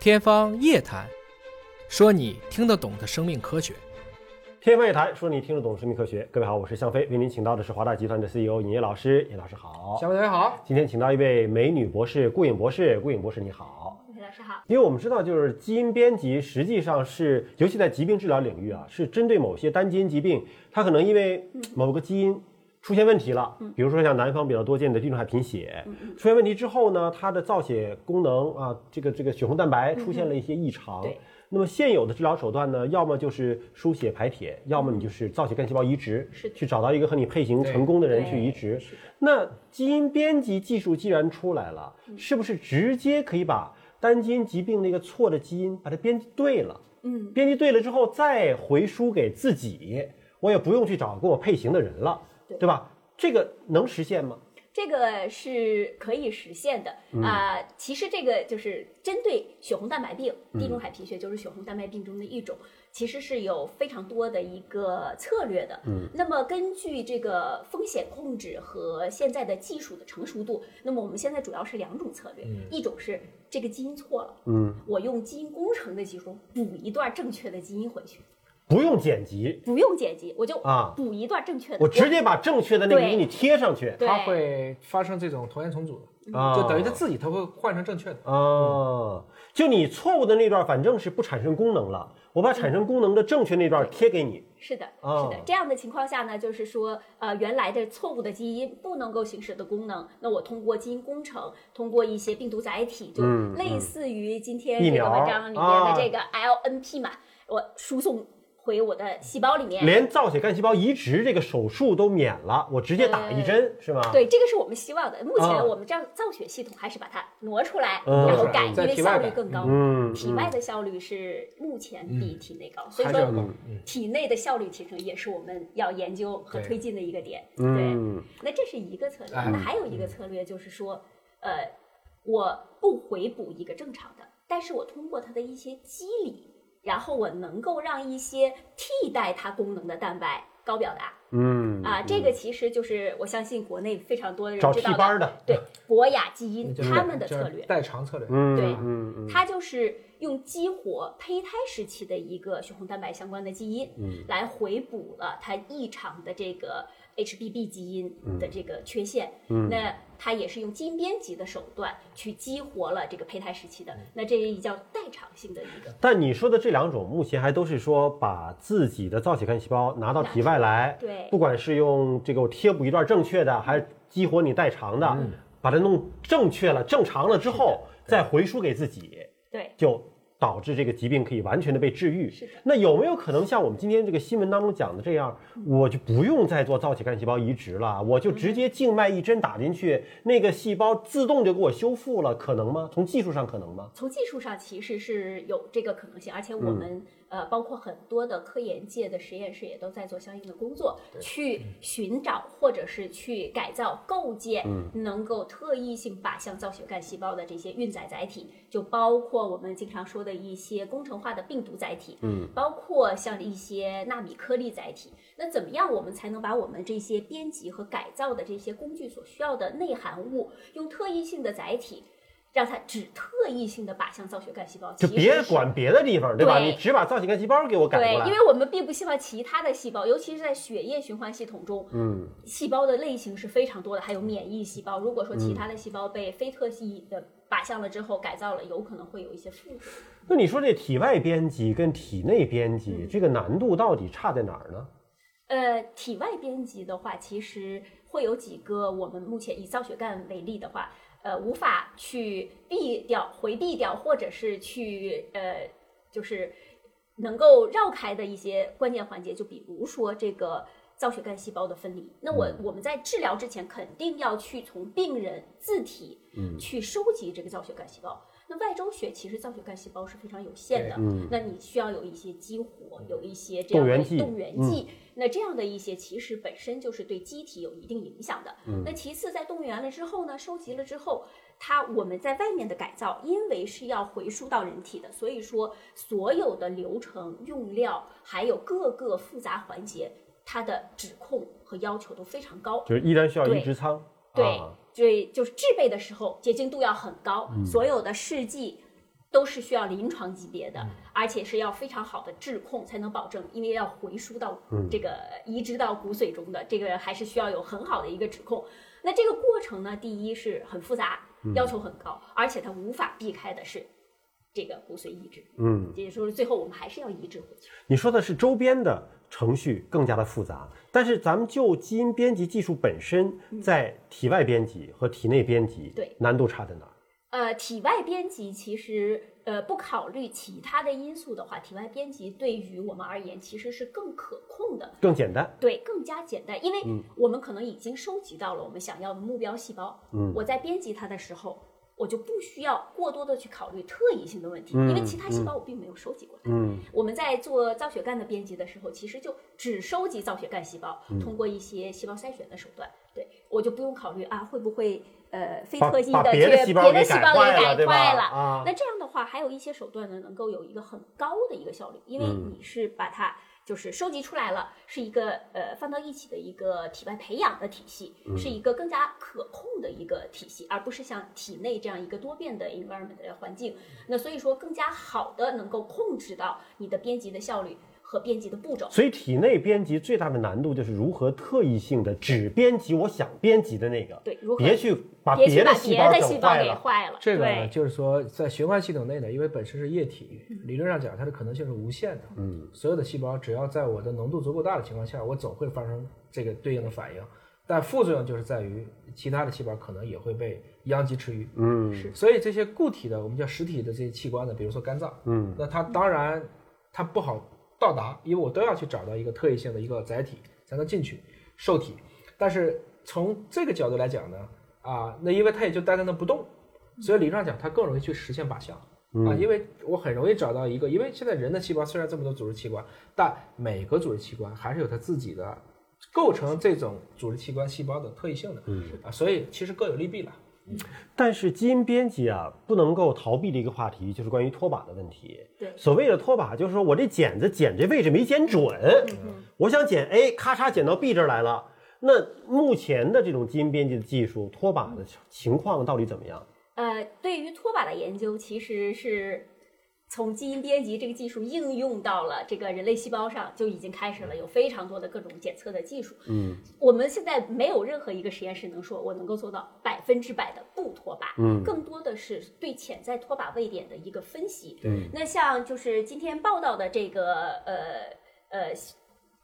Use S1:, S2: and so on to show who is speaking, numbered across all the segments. S1: 天方夜谭，说你听得懂的生命科学。
S2: 天方夜谭，说你听得懂生命科学。各位好，我是向飞，为您请到的是华大集团的 CEO 尹烨老师。尹老师好，
S1: 小朋友好，
S2: 今天请到一位美女博士顾颖博士，顾颖博士你好。
S3: 裴老师好，
S2: 因为我们知道，就是基因编辑实际上是，尤其在疾病治疗领域啊，是针对某些单基因疾病，它可能因为
S3: 嗯
S2: 某个基因出现问题了，比如说像南方比较多见的地中海贫血，
S3: 嗯
S2: 出现问题之后呢，它的造血功能啊，这个这个血红蛋白出现了一些异常。
S3: 嗯对
S2: 那么现有的治疗手段呢，要么就是输血排铁，要么你就是造血干细胞移植，
S3: 嗯是的
S2: 去找到一个和你配型成功的人去
S3: 对
S2: 移植。
S3: 是的
S2: 那基因编辑技术既然出来了，
S3: 嗯
S2: 是不是直接可以把单基因疾病那个错的基因把它编辑对了？
S3: 嗯，
S2: 编辑对了之后再回输给自己，我也不用去找跟我配型的人了，
S3: 对
S2: 对吧？这个能实现吗？
S3: 这个是可以实现的啊、
S2: 嗯
S3: 其实这个就是针对血红蛋白病，
S2: 嗯
S3: 地中海贫血就是血红蛋白病中的一种，其实是有非常多的一个策略的。嗯，那么根据这个风险控制和现在的技术的成熟度，那么我们现在主要是两种策略，一种是这个基因错了，
S2: 嗯，
S3: 我用基因工程的技术补一段正确的基因回去，
S2: 不用剪辑，
S3: 不用剪辑，我就
S2: 啊
S3: 补一段正确的，
S2: 我直接把正确的那个
S3: 对
S2: 给你贴上去
S3: 对嗯
S1: 它会发生这种同源重组的，
S2: 啊，
S1: 就等于它自己它会换成正确的。
S2: 啊，就你错误的那段，反正是不产生功能了，我把产生功能的正确那段贴给你。
S3: 是的，
S2: 哦
S3: 是的。这样的情况下呢，就是说，呃，原来的错误的基因不能够行使的功能，那我通过基因工程，通过一些病毒载体，就
S2: 嗯
S3: 类似于今天
S2: 疫
S3: 这
S2: 苗
S3: 个文章里面
S2: 啊
S3: 的这个 LNP 嘛，我输送回我的细胞里面。
S2: 连造血干细胞移植这个手术都免了，我直接打一针是吗？，
S3: 呃对，这个是我们希望的。目
S2: 啊
S3: 前我们这样造血系统还是把它挪出来，
S2: 嗯
S3: 然后改，
S1: 在
S3: 因为
S1: 体外
S3: 效率
S1: 改
S3: 更高。
S2: 嗯，
S3: 体外的效率是目前比体内高，所以
S1: 还是要高
S3: 说体内的效率提升也是我们要研究和推进的一个点。对，
S2: 嗯
S3: 那这是一个策略。
S1: 哎
S3: 那还有一个策略就是说，呃，我不回补一个正常的，但是我通过它的一些机理，然后我能够让一些替代它功能的蛋白高表达。
S2: 嗯
S3: 啊，这个其实就是我相信国内非常多的人
S2: 找
S3: 知
S2: 替
S3: 道
S2: 班
S3: 的，
S2: 儿的，
S3: 对博雅基因
S1: 就
S3: 他们的策略。
S1: 代偿策略。
S2: 嗯
S3: 对
S2: 嗯嗯
S3: 它就是用激活胚胎时期的一个血红蛋白相关的基因，来回补了它异常的这个 HBB 基因的这个缺陷。那它也是用基因编辑的手段去激活了这个胚胎时期的，那这也叫代偿性的一个。
S2: 但你说的这两种，目前还都是说把自己的造血干细胞拿到体外来，
S3: 对
S2: 不管是用这个我贴补一段正确的，还是激活你代偿的，把它弄正确了、正常了之后，再回输给自己。
S3: 对，
S2: 就导致这个疾病可以完全的被治愈。
S3: 是的
S2: 那有没有可能像我们今天这个新闻当中讲的这样，我就不用再做造血干细胞移植了，我就直接静脉一针打进去，那个细胞自动就给我修复了，可能吗？从技术上可能吗？
S3: 从技术上其实是有这个可能性，而且我们、呃，包括很多的科研界的实验室也都在做相应的工作，去寻找或者是去改造、构建能够特异性靶向造血干细胞的这些运载载体，就包括我们经常说的一些工程化的病毒载体，嗯，包括像一些纳米颗粒载体。那怎么样，我们才能把我们这些编辑和改造的这些工具所需要的内含物，用特异性的载体？让它只特异性的靶向造血干细胞，
S2: 就
S3: 其实
S2: 别
S3: 是
S2: 管别的地方，对吧？
S3: 对
S2: 你只把造血干细胞给我改
S3: 对
S2: 过，来
S3: 因。为我们并不希望其他的细胞，尤其是在血液循环系统中，嗯，细胞的类型是非常多的，还有免疫细胞。如果说
S2: 嗯
S3: 其他的细胞被非特异的靶向了之后改造了，有可能会有一些副作用。
S2: 那你说这体外编辑跟体内编辑、
S3: 嗯
S2: 这个难度到底差在哪儿呢？
S3: 呃，体外编辑的话，其实会有几个我们目前以造血干为例的话，呃，无法去避掉、回避掉，或者是去呃，就是能够绕开的一些关键环节，就比如说这个。造血干细胞的分离，那
S2: 嗯
S3: 我我们在治疗之前肯定要去从病人自体
S2: 嗯
S3: 去收集这个造血干细胞。那外周血其实造血干细胞是非常有限的，那你需要有一些激活，有一些这样
S2: 嗯动
S3: 的
S2: 员剂嗯
S3: 动员剂，那这样的一些其实本身就是对机体有一定影响的。
S2: 嗯
S3: 那其次，在动员了之后呢，收集了之后，它我们在外面的改造，因为是要回输到人体的，所以说所有的流程、用料，还有各个复杂环节，它的指控和要求都非常高。
S2: 就是依然需要
S3: 对
S2: 移植仓。
S3: 对
S2: 啊，嗯
S3: 所以就是制备的时候洁净度要很高，所有的试剂都是需要临床级别的，
S2: 嗯
S3: 而且是要非常好的质控才能保证，因为要回输到这个
S2: 嗯
S3: 移植到骨髓中的，这个还是需要有很好的一个质控。那这个过程呢，第一是很复杂，
S2: 嗯
S3: 要求很高，而且它无法避开的是这个骨髓移植，
S2: 嗯，
S3: 也就是最后我们还是要移植回去。
S2: 你说的是周边的程序更加的复杂，但是咱们就基因编辑技术本身，在体外编辑和体内编辑，
S3: 嗯对
S2: 难度差在哪儿？
S3: 呃，体外编辑其实呃不考虑其他的因素的话，体外编辑对于我们而言其实是更可控的，
S2: 更简单，
S3: 对，更加简单，因为
S2: 嗯
S3: 我们可能已经收集到了我们想要的目标细胞。嗯，我在编辑它的时候，我就不需要过多的去考虑特异性的问题，因为其他细胞我并没有收集过它。
S2: 嗯，
S3: 我们在做造血干的编辑的时候，其实就只收集造血干细胞，
S2: 嗯
S3: 通过一些细胞筛选的手段，对我就不用考虑啊会不会呃非
S2: 把
S3: 特异
S2: 把
S3: 的
S2: 别的
S3: 去
S2: 细
S3: 别
S2: 胞
S3: 的
S2: 给
S3: 细
S2: 改
S3: 胞
S2: 坏
S3: 给
S2: 了对
S3: 改
S2: 吧
S3: 坏了。
S2: 啊
S3: 那这样的话，还有一些手段呢，能够有一个很高的一个效率，因为你是把它。就是收集出来了，是一个呃放到一起的一个体外培养的体系，是一个更加可控的一个体系，而不是像体内这样一个多变的 environment 的环境。那所以说，更加好的能够控制到你的编辑的效率和编辑的步骤。
S2: 所以体内编辑最大的难度就是如何特异性的只编辑我想编辑的那个，
S3: 对如何
S2: 别去把
S3: 别去
S2: 别
S3: 把
S2: 的细
S3: 别
S2: 胞
S3: 的
S2: 整
S3: 细胞
S2: 坏
S3: 给
S2: 了。
S3: 坏了，
S1: 这个呢，
S3: 对
S1: 就是说在循环系统内呢，因为本身是液体，理论上讲它的可能性是无限的。嗯，所有的细胞只要在我的浓度足够大的情况下，我总会发生这个对应的反应。但副作用就是在于其他的细胞可能也会被殃及池鱼。嗯，
S3: 是
S1: 所以这些固体的，我们叫实体的这些器官呢，比如说肝脏，嗯，那它当然它不好到达，因为我都要去找到一个特异性的一个载体才能进去受体。但是从这个角度来讲呢，啊，那因为它也就待在那不动，所以理论上讲，它更容易去实现靶向。啊，因为我很容易找到一个，因为现在人的细胞虽然这么多组织器官，但每个组织器官还是有它自己的构成这种组织器官细胞的特异性的，嗯啊，所以其实各有利弊了。
S2: 但是基因编辑啊，不能够逃避的一个话题就是关于拖把的问题。
S3: 对
S2: 所谓的拖把，就是说我这剪子剪这位置没剪准，我想剪 A，咔嚓剪到 B 这儿来了。那目前的这种基因编辑的技术，拖把的情况到底怎么样？
S3: 呃，对于拖把的研究，其实是从基因编辑这个技术应用到了这个人类细胞上，就已经开始了，有非常多的各种检测的技术。嗯，我们现在没有任何一个实验室能说我能够做到百分之百的不拖把，嗯，更多的是对潜在拖把位点的一个分析。
S2: 对，
S3: 那像就是今天报道的这个呃呃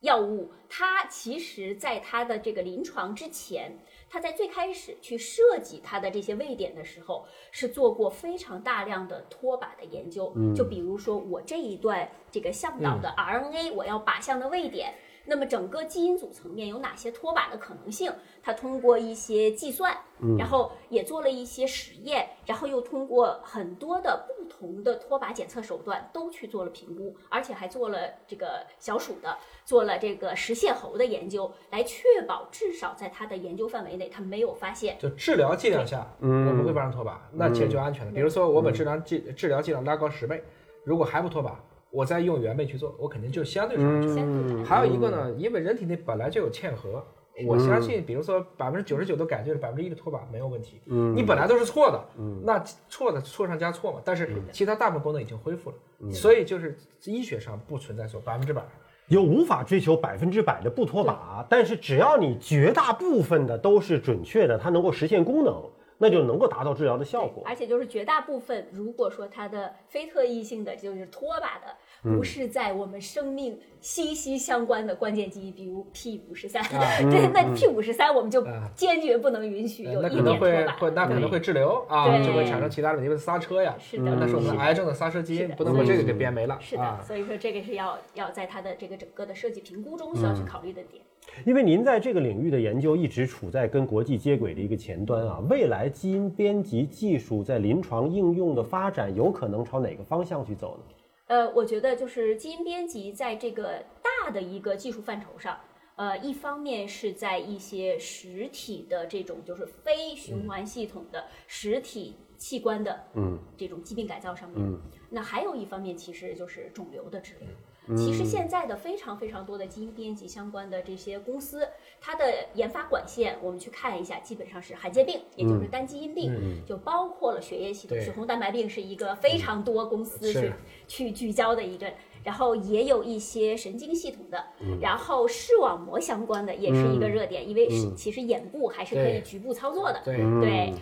S3: 药物，它其实在它的这个临床之前，它在最开始去设计它的这些位点的时候，是做过非常大量的拖把的研究。就比如说我这一段这个向导的 RNA，我要靶向的位点。那么整个基因组层面有哪些脱靶的可能性？它通过一些计算，然后也做了一些实验，然后又通过很多的不同的脱靶检测手段都去做了评估，而且还做了这个小鼠的，做了这个食蟹猴的研究，来确保至少在它的研究范围内，它没有发现
S1: 就治疗剂量下，我不会发生脱靶，那其实就安全了。比如说我把治疗剂治疗剂量拉高十倍，如果还不脱靶，我再用原位去做，我肯定就相对是安全的。
S3: 相对的。
S1: 还有一个呢，因为人体内本来就有嵌合，我相信，比如说百分之九十九都改对了，百分之一的脱靶没有问题。嗯，你本来都是错的，嗯，那错的错上加错嘛，但是其他大部分功能已经恢复了，所以就是医学上不存在说百分之百。
S2: 有无法追求百分之百的不拖把，但是只要你绝大部分的都是准确的，它能够实现功能，那就能够达到治疗的效果。
S3: 而且就是绝大部分，如果说它的非特异性的就是拖把的，
S1: 嗯
S3: 不是在我们生命息息相关的关键基因，比如 P 五十三，对，那 P 五十三我们就
S1: 嗯啊哎
S3: 坚决不能允许有
S1: 呃那
S3: 一
S1: 可
S3: 点
S1: 能
S3: 拖
S1: 会
S3: 把。
S1: 会，那可能会滞留啊，
S3: 对
S1: 就会产生其他的问题，比如刹车呀，
S3: 是的
S1: 嗯那是我们的癌症的刹车基
S3: 是
S1: 因，
S3: 的
S1: 不能把这个给编没了
S3: 是的
S1: 啊，。
S3: 所以说这个是要要在它的这个整个的设计评估中需
S1: 嗯
S3: 要去考虑的点。
S2: 因为您在这个领域的研究一直处在跟国际接轨的一个前端啊，未来基因编辑技术在临床应用的发展有可能朝哪个方向去走呢？
S3: 呃，我觉得就是基因编辑在这个大的一个技术范畴上，呃，一方面是在一些实体的这种就是非循环系统的实体器官的，嗯，这种疾病改造上面。那还有一方面其实就是肿瘤的治疗。其实现在的非常非常多的基因编辑相关的这些公司，它的研发管线，我们去看一下，基本上是罕见病，也就是单基因病，就包括了血液系统
S1: 嗯对
S3: 血红蛋白病是一个非常多公司
S1: 是
S3: 去去聚焦的一个。然后也有一些神经系统的，然后视网膜相关的也是一个热点，因为是其实眼部还是可以
S1: 对
S3: 局部操作的，
S1: 对，
S3: 对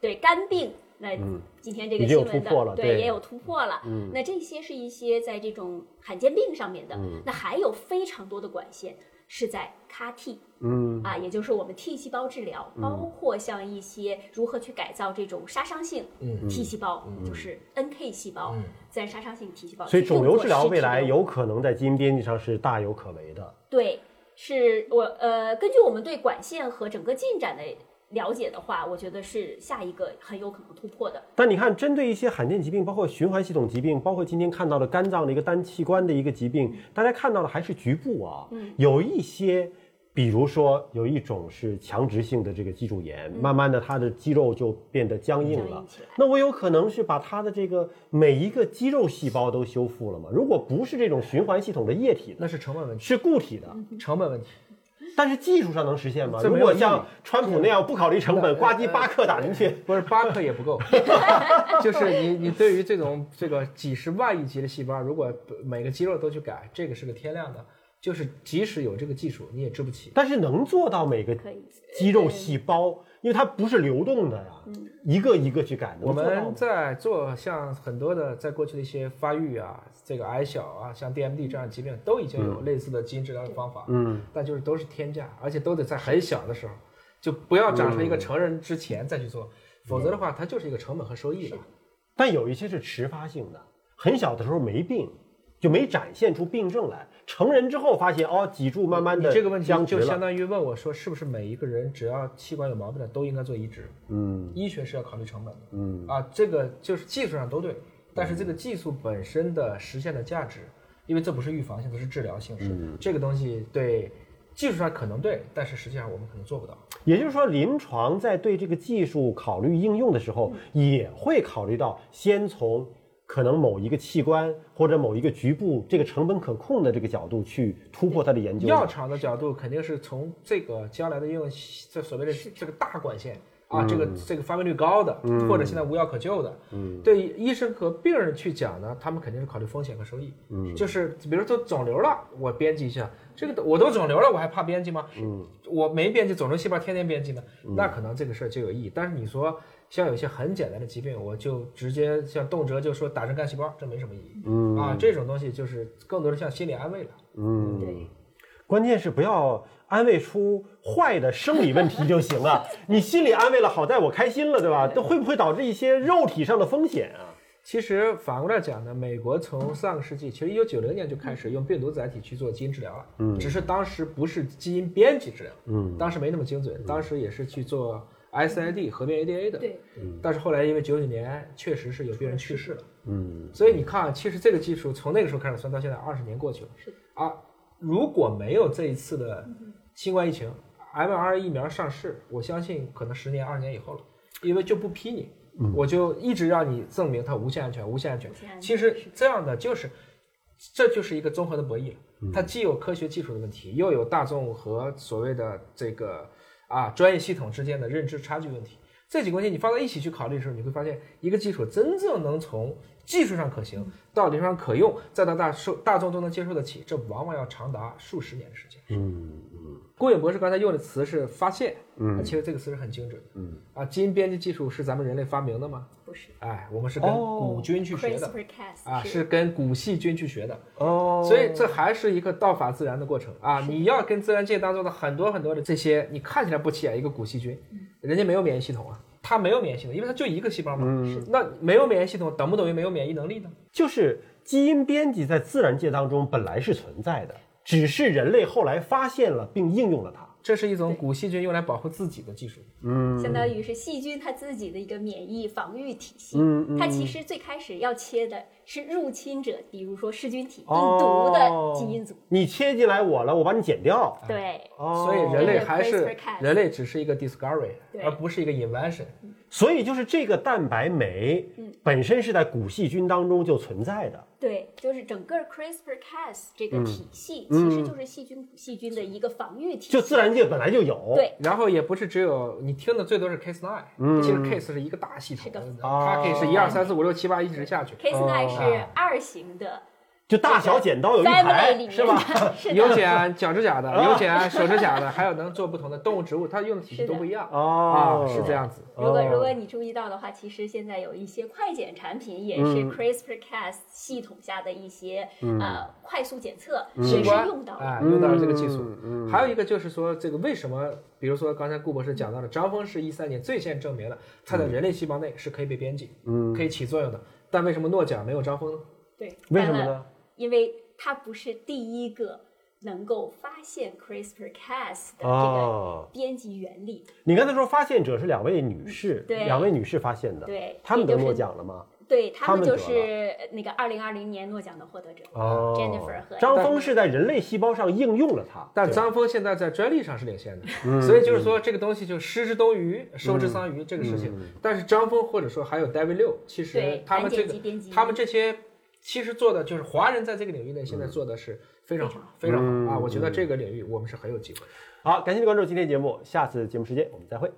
S3: 对，肝病。那今天这
S2: 嗯
S3: 个
S2: 已经有
S3: 新闻
S2: 突破了
S3: 的
S2: 对嗯
S3: 也有突破了。那这些是一些在这种罕见病上面的，
S2: 嗯
S3: 那还有非常多的管线是在 CAR T，嗯啊，也就是我们 T 细胞治疗，
S2: 嗯
S3: 包括像一些如何去改造这种杀伤性 T 细胞，就是 NK 细胞，自然杀伤性 T 细胞。
S2: 所以
S3: 去用
S2: 肿瘤
S3: 作
S2: 治疗
S3: 实
S2: 未来
S3: 治疗
S2: 有可能在基因编辑上是大有可为的。
S3: 对，是我呃，根据我们对管线和整个进展的了解的话，我觉得是下一个很有可能突破的。
S2: 但你看，针对一些罕见疾病，包括循环系统疾病，包括今天看到的肝脏的一个单器官的一个疾病，大家看到的还是局部啊。嗯，有一些，比如说有一种是强直性的这个脊柱炎，慢慢的它的肌肉就变得僵硬
S3: 僵
S2: 了
S3: 硬起来。
S2: 那我有可能是把它的这个每一个肌肉细胞都修复了吗？如果不是这种循环系统的液体的，
S1: 那是成本问题，
S2: 是固体的，
S1: 成本问题。
S2: 但是技术上能实现吗？
S1: 这
S2: 如
S1: 没有
S2: 果
S1: 意义
S2: 像川普那样不考虑成本，
S1: 那
S2: 呱唧八克打进去，
S1: 不是八克也不 够，就是你你对于这种这个几十万亿级的细胞，如果每个肌肉都去改，这个是个天量的，就是即使有这个技术，你也治不起。
S2: 但是能做到每个
S3: 可以，
S2: 肌肉细胞，因为它不是流动的呀，
S3: 嗯
S2: 一个一个去改。
S1: 我
S2: 能做到吗
S1: 们在做像很多的，在过去的一些发育啊，这个矮小啊，像 DMD 这样的疾病，都已经有类似的基因治疗的方法，嗯，但就是都是天价，而且都得在很小的时候，就不要长成一个成人之前再去做，否则的话，它就是一个成本和收益了。
S2: 但有一些是迟发性的，很小的时候没病，就没展现出病症来。成人之后发现，哦，脊柱慢慢
S1: 你
S2: 的
S1: 这个问题
S2: 僵直
S1: 就
S2: 了
S1: 相当于问我说，是不是每一个人只要器官有毛病了都应该做移植？嗯，医学是要考虑成本的。嗯啊，这个就是技术上都对，但是这个技术本身的实现的价值，因为这不是预防性，这是治疗性质，
S2: 嗯
S1: 这个东西对技术上可能对，但是实际上我们可能做不到。
S2: 也就是说，临床在对这个技术考虑应用的时候，也会考虑到先从可能某一个器官或者某一个局部这个成本可控的这个角度去突破它的研究。
S1: 药厂的角度肯定是从这个将来的应用，这所谓的这个大管线啊，
S2: 嗯
S1: 这个这个发病率高的，或者现在无药可救的，
S2: 嗯
S1: 对医生和病人去讲呢，他们肯定是考虑风险和收益，
S2: 嗯
S1: 就是比如说都肿瘤了，我编辑一下，这个都我都肿瘤了，我还怕编辑吗？
S2: 嗯
S1: 我没编辑肿瘤细胞，天天编辑呢，那可能这个事儿就有意义。但是你说像有一些很简单的疾病，我就直接像动辄就说打针干细胞，这没什么意义，
S2: 嗯
S1: 啊，这种东西就是更多的像心理安慰了。
S2: 嗯
S3: 对，
S2: 关键是不要安慰出坏的生理问题就行了。你心里安慰了，好在我开心了，对吧？都会不会导致一些肉体上的风险啊？
S1: 其实反过来讲呢，美国从上个世纪，其实一九九零年就开始用病毒载体去做基因治疗了，嗯，只是当时不是基因编辑治疗，嗯，当时没那么精准，当时也是去做 SID 合并 ADA 的，
S3: 对，
S1: 但是后来因为九九年确实是有病人去世了，嗯，所以你看啊，其实这个技术从那个时候开始算到现在二十年过去了，
S3: 是的
S1: 啊，如果没有这一次的新冠疫情，mRNA 疫苗上市，我相信可能十年、二十年以后了，因为就不批你，我就一直让你证明它无限安全、无限安全。
S3: 限安全
S1: 其实这样的就是，这就是一个综合的博弈了。它既有科学技术的问题，又有大众和所谓的这个啊专业系统之间的认知差距问题。这几个问题你放在一起去考虑的时候，你会发现一个技术真正能从技术上可行到临床上可用，再到大受大众都能接受得起，这往往要长达数十年的时间。顾颖博士刚才用的词是发现，嗯，其实这个词是很精准的，嗯，啊，基因编辑技术是咱们人类发明的吗？
S3: 不是
S1: 哎，我们是跟
S2: 哦
S1: 古菌去学的，
S3: CRISPR-Cas
S1: 啊，是跟古细菌去学的，
S2: 哦
S1: 所以这还是一个道法自然的过程啊！你要跟自然界当中的很多很多的这些你看起来不起眼一个古细菌，
S3: 嗯
S1: 人家没有免疫系统啊，它没有免疫系统，因为它就一个细胞嘛。
S2: 嗯
S1: 那没有免疫系统等不等于没有免疫能力呢？
S2: 就是基因编辑在自然界当中本来是存在的，只是人类后来发现了并应用了它。
S1: 这是一种古细菌用来保护自己的技术。
S3: 相当于是细菌它自己的一个免疫防御体系。
S2: 嗯
S3: 它其实最开始要切的是入侵者，比如说噬菌体、病
S2: 哦
S3: 毒的基因组。
S2: 你切进来我了，我把你剪掉。
S3: 对，
S2: 哦，
S1: 所以人类还
S3: 这
S1: 是
S3: 个 CRISPR-Cas
S1: 人类只是一个 discovery，
S3: 对
S1: 而不是一个 invention。
S2: 所以就是这个蛋白酶
S3: 嗯
S2: 本身是在古细菌当中就存在的。
S3: 对，就是整个 CRISPR-Cas 这
S2: 嗯
S3: 个体系，其实就是细菌细菌的一个防御体系。
S2: 就自然界本来就有，
S3: 对
S1: 然后也不是只有你听的最多是 Case Nine，、其
S2: 嗯
S1: 实 Case 是一个大系统
S3: 是个，
S2: 哦
S1: 它可以是一二三四五六七八一直下去。
S3: ，Case nine 是
S1: 啊
S3: 二型的
S2: 就大小剪哦刀有一
S3: family 里
S2: 排，
S3: 面
S2: 是吧？
S3: 的， 是
S1: 有
S3: 的，
S1: 剪脚趾甲的，啊有
S3: 啊
S1: 剪手指甲的，还有能做不同的动物、植物，它用的体系
S3: 是的
S1: 都不一样
S2: 哦
S1: 啊，是这样子。
S3: 如果
S2: 哦
S3: 如果你注意到的话，其实现在有一些快检产品也是
S2: 嗯
S3: CRISPR-Cas 系统下的一些、呃快速检测，也
S1: 器
S3: 是
S1: 官
S3: 用到的。
S1: 哎，用到了这个技术。
S2: 嗯
S1: 还有一个就是说，这个为什么，比如说刚才顾博士讲到的，张峰是一三年最先证明了它
S2: 嗯
S1: 在人类细胞内是可以被编辑，嗯，可以起作用的。但为什么诺奖没有张峰呢？
S3: 对，
S2: 为什么
S3: 当然
S2: 呢？
S3: 因为它不是第一个能够发现 CRISPR-Cas 的这个
S2: 哦，
S3: 编辑原理。
S2: 你刚才说发现者是两位女士，
S3: 对
S2: 两位女士发现的，
S3: 对
S2: 她们
S3: 也
S2: 得
S3: 就是
S2: 诺奖了吗？
S3: 对
S2: 他
S3: 他
S2: 们
S3: 们
S2: 得
S3: 就是呃那个二零二零年诺奖的获得者
S2: 哦
S3: 呃 Jennifer 和
S2: 张峰是在人类细胞上应用了它，
S1: 但
S2: 对嗯
S1: 张峰现在在专利上是领先的，所以就是说这个东西就失之东隅，收之桑榆这个事情。
S2: 嗯
S1: 但是张峰或者说还有 David 六，其实
S3: 对
S1: 他们
S3: 单
S1: 这
S3: 剪
S1: 个
S3: 辑编辑
S1: 他们这些其实做的就是华人在这个领域内现在做的是非常好，非常好啊！我觉得这个领域我们是很有机会的。
S2: 好，感谢你关注今天节目，下次节目时间我们再会。